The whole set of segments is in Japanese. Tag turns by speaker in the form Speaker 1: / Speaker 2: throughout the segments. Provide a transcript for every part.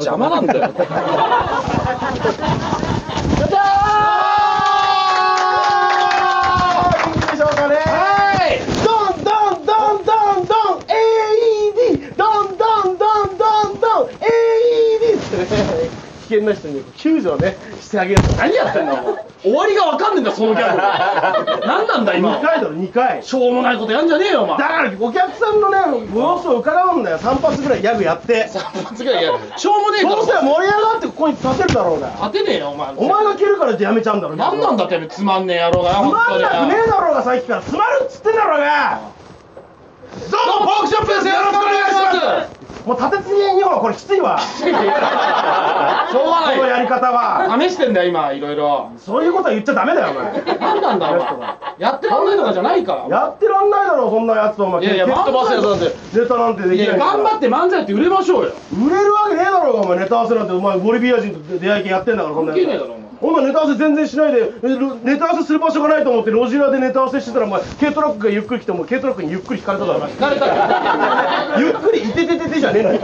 Speaker 1: 邪魔なんだよ。やった
Speaker 2: いいでしょうかね
Speaker 1: はい
Speaker 2: どんどんどんどんどん AED どんどんどんどんどん AED ってね危険な人に救助をねしてあげると何やってんのもう
Speaker 1: ー終わりがわかんねえんだ、そのギャグ。何なんだ、今
Speaker 2: 2。回だろ2回
Speaker 1: しょうもないことやんじゃねえよ、お前
Speaker 2: だ。からお客さんのねご様子を伺うんだよ3発ぐらいギャグやってそ
Speaker 1: 一発ぐらいやる。しょうもねえから。
Speaker 2: うしたら盛り上がってここに立てるだろうが
Speaker 1: 勝てねえよ、お前。
Speaker 2: お前が蹴るからってやめちゃうんだろ
Speaker 1: 何なん
Speaker 2: だ
Speaker 1: だってめえつまんねえ野郎が
Speaker 2: つ
Speaker 1: 本
Speaker 2: ま
Speaker 1: 当
Speaker 2: ん
Speaker 1: に
Speaker 2: なくねえだろうがさっきからつまるっつってんだろうが
Speaker 1: どうもポークショップですよろしくお願いします
Speaker 2: もう立て続けに2本はこれきついわ
Speaker 1: し
Speaker 2: こ
Speaker 1: ょう
Speaker 2: の
Speaker 1: が
Speaker 2: やり方は
Speaker 1: ない試してんだよ今いろいろ
Speaker 2: そういうことは言っちゃダメだよお前
Speaker 1: 何なんだお
Speaker 2: あの人が
Speaker 1: 前やってらんないとかじゃないから
Speaker 2: やってらんないだろそんなやつとお前
Speaker 1: いやいや
Speaker 2: ネタ
Speaker 1: 吹っ飛ばせよそうやっ
Speaker 2: ネタなんてで
Speaker 1: い
Speaker 2: きな
Speaker 1: や
Speaker 2: い
Speaker 1: 頑張って漫才やって売れましょうよ
Speaker 2: 売れるわけねえだろうがお前ネタ合わせなんてお前ボリビア人と出会い系やってんだからこんな
Speaker 1: 関
Speaker 2: や
Speaker 1: 係
Speaker 2: つ
Speaker 1: ねえだろお前
Speaker 2: お前ネタ合わせ全然しないでえろネタ合わせする場所がないと思って路地裏でネタ合わせしてたらお前軽トラックがゆっくり来てもう軽トラックにゆっくり引かれただろお前
Speaker 1: 疲れたか ら
Speaker 2: ゆっくりいててててじゃねえんだよ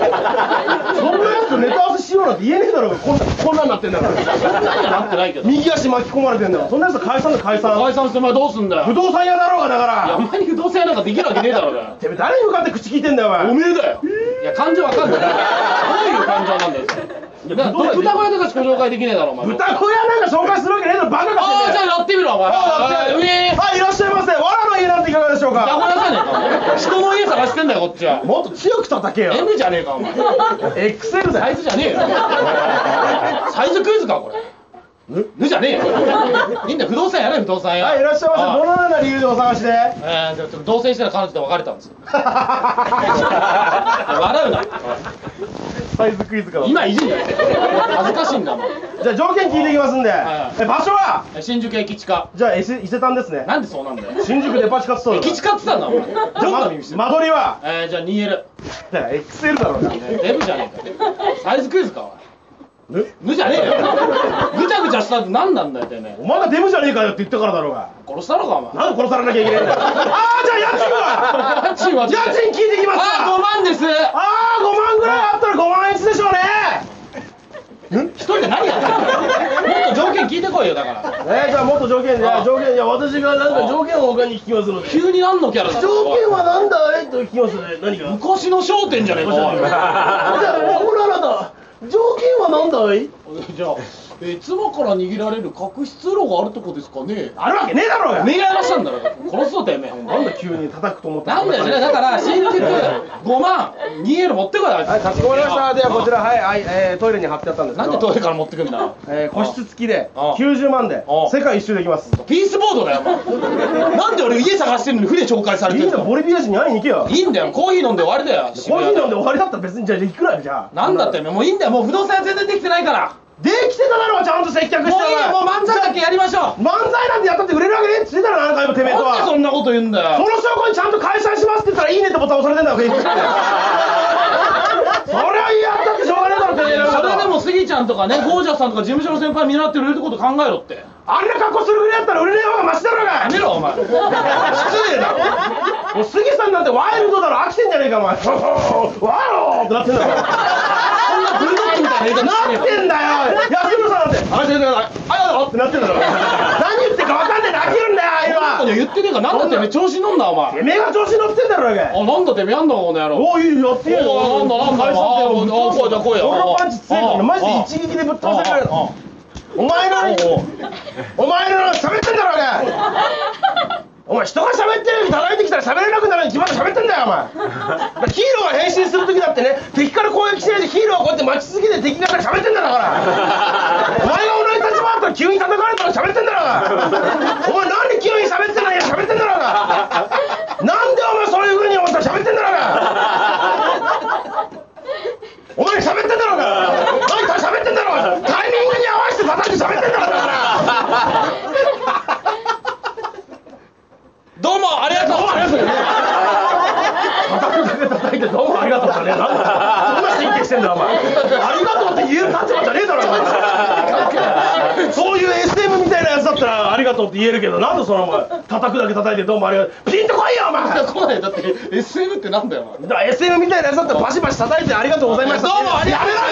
Speaker 2: そんなやつとネタ合わせしようなんて言えねえだろうがこんなこんなんなってんだから
Speaker 1: そんなんじゃなってないけど
Speaker 2: 右足巻き込まれてんだからそんなやつと解散だ解散
Speaker 1: 解散してお前どうすんだ
Speaker 2: 不
Speaker 1: よ
Speaker 2: 動産屋だろうがだか
Speaker 1: いやお
Speaker 2: ら
Speaker 1: 前に不動産屋なんかできるわけねえだろうが
Speaker 2: てめえ誰に向かって口聞いてんだよお前
Speaker 1: おめえだよいや感情わかんないどういう感情なんだよそれだから豚小屋とかしか紹介できねえだろお前
Speaker 2: 豚小屋なんか紹介するわけねえだろバカか
Speaker 1: あ
Speaker 2: て
Speaker 1: あじゃあやってみろお前
Speaker 2: あ
Speaker 1: うえー
Speaker 2: はい、いらっしゃいませ。わらの家なんていかがでしょう
Speaker 1: ダ
Speaker 2: か。
Speaker 1: ホ屋じゃねえかお前人の家探してんだよこっちは
Speaker 2: もっと強く叩けよ。
Speaker 1: M じゃねえかお前
Speaker 2: XL だ
Speaker 1: サ
Speaker 2: よ
Speaker 1: イ。ズじゃねえよサイズクイズかこれ
Speaker 2: ぬ
Speaker 1: ぬじゃねえよいいんだよ不動産やれ不動産や
Speaker 2: はい、いらっしゃいませ。
Speaker 1: ああ
Speaker 2: どのような理由でお探しで。
Speaker 1: えーじゃあちょっと同棲してた彼女と別れたん ですよ笑うな
Speaker 2: サイズクイズから。じ
Speaker 1: 今いじんだよ恥ずかしいんだもん
Speaker 2: ゃあ条件聞いていきますんで。
Speaker 1: は
Speaker 2: え、場所は
Speaker 1: 新宿駅地下
Speaker 2: じゃあ、伊勢伊勢丹ですね。
Speaker 1: なんでそうなんだよ
Speaker 2: 新宿デパ地下ストアだ。
Speaker 1: 駅地下っつったんだお前
Speaker 2: じゃあ
Speaker 1: どん
Speaker 2: ま
Speaker 1: な
Speaker 2: 間
Speaker 1: 耳してる
Speaker 2: 取りは
Speaker 1: えーじゃあ 2L
Speaker 2: じゃあ XL だろうな。
Speaker 1: デブじゃねえかサイズクイズかお前
Speaker 2: ぬ
Speaker 1: ぬじゃねえよぐちゃぐちゃしたって何なんだよてめえ
Speaker 2: お前がデブじゃねえかよって言ったからだろうが。
Speaker 1: 殺したのかお前
Speaker 2: なんで殺されなきゃいけないんだよ。ああ、じゃあ家賃は家
Speaker 1: 家賃は
Speaker 2: 賃聞いてきますわ
Speaker 1: ああ5万です
Speaker 2: ああ、5万ぐらいあったら5万円でしょうね。
Speaker 1: 一人で何やってんのもっと条件聞いてこいよだか
Speaker 2: え
Speaker 1: ら
Speaker 2: ー、じゃあもっと条件で、
Speaker 1: ああ
Speaker 2: 条件、いや私がなんか条件を他に聞きますので。条
Speaker 1: 急に何のキャラだ
Speaker 2: 件はなんだいと聞きますね。何が
Speaker 1: 昔の商店じゃねえかおい
Speaker 2: じゃあ、おららだ。条件はなんだい
Speaker 1: じゃあえ妻から握られる確執路があるとこですかね
Speaker 2: あるわけねえだろうが。
Speaker 1: 願いましたんだろ殺すぞてめえ
Speaker 2: なんだ急に叩くと思った
Speaker 1: なんだよねだから新宿5万 2L 持ってこいよ
Speaker 2: はい、かしこまりました。ではこちら、はい、はい、えー、トイレに貼ってあったんですけ
Speaker 1: な
Speaker 2: ど。
Speaker 1: んでトイレから持ってくんだ
Speaker 2: えー、個室付きで
Speaker 1: ああ
Speaker 2: 90万で
Speaker 1: ああ
Speaker 2: 世界一周できます。
Speaker 1: ピースボードだよお前なんで俺家探してるのに船紹介され
Speaker 2: い
Speaker 1: て
Speaker 2: い
Speaker 1: る
Speaker 2: んだ、ボリビア人に会いに行けよ。
Speaker 1: いいんだよコーヒー飲んで終わりだよ
Speaker 2: コーヒー飲んで終わりだったら別にじゃあいくらよじゃあ。
Speaker 1: なんだってめえもういいんだよもう不動産屋全然できてないから
Speaker 2: できてただろうがちゃんと接客して
Speaker 1: もういいよもう漫才だけやりましょう
Speaker 2: 漫才なんてやったって売れるわけねえっつってたらなんか今てめえと
Speaker 1: なんで
Speaker 2: は
Speaker 1: そんなこと言うんだ
Speaker 2: そ
Speaker 1: よ
Speaker 2: の証拠にちゃんと解散しますって言ったらいいねってボタン押されてんだよフェイクって それはやったってしょうがねえだろてめえら
Speaker 1: それでもスギちゃんとかねゴージャスさんとか事務所の先輩見習って売れるってこと考えろって
Speaker 2: あんな格好するぐらいだったら売れねえ方がマシだろうが
Speaker 1: や めろ お前
Speaker 2: 失礼だろもう杉さんなんてワイルドだろ飽きてんじゃねえかお前 ワローってなってんだろ
Speaker 1: そんなブルドッグみたいな言い方し
Speaker 2: な
Speaker 1: ねえよ
Speaker 2: ってんだよ安村さんなんてあれしてくださいあやだってなってんだろ何言ってるか分かんねえで飽きるんだよ
Speaker 1: そんなこと
Speaker 2: 今
Speaker 1: 言ってねえからなんだってめえ調子乗んなお前
Speaker 2: てめえが調子乗ってんだろうが
Speaker 1: あなんだてめえやんだこの野郎
Speaker 2: おおいいよやってよ
Speaker 1: おーなんだなんだ
Speaker 2: 解散だよ
Speaker 1: あーあーこうじゃこうや
Speaker 2: 俺のパンチ強いか
Speaker 1: あ
Speaker 2: ら
Speaker 1: ー
Speaker 2: マジで一撃でぶっ飛ばされる
Speaker 1: あ
Speaker 2: お前の
Speaker 1: お
Speaker 2: お
Speaker 1: う
Speaker 2: 前の喋ってんだろうがお前人が喋ってるように叩いてきたら喋れなくなるに決まって喋ってんだよお前ヒーローが変身する時だってね敵から攻撃しないでヒーローはこうやって待ち続けて敵側から喋ってんだろほらお前が同じ立場だったら急に叩かれたら喋ってんだろお前なんで急に喋ってないや喋ってんだろうがなんでお前そういう風に思ったら喋ってんだろうがお前喋ってんだろうが何か喋ってんだろうがタイミングに合わせて叩いて喋ってんだろうが
Speaker 1: どうもありがとう
Speaker 2: 叩いてどうもありがとうじゃねえなんだそんな神経してんだよお前ありがとうって言える立場じゃねえだろお前そういう SM みたいなやつだったらありがとうって言えるけどなんでそのお前叩くだけ叩いてどうもありがとうピンとこいよお前だか
Speaker 1: 来ないだって SM ってなんだよお前
Speaker 2: ら SM みたいなやつだったらバシバシ叩いてありがとうございました
Speaker 1: どうもありがとう
Speaker 2: やめろよ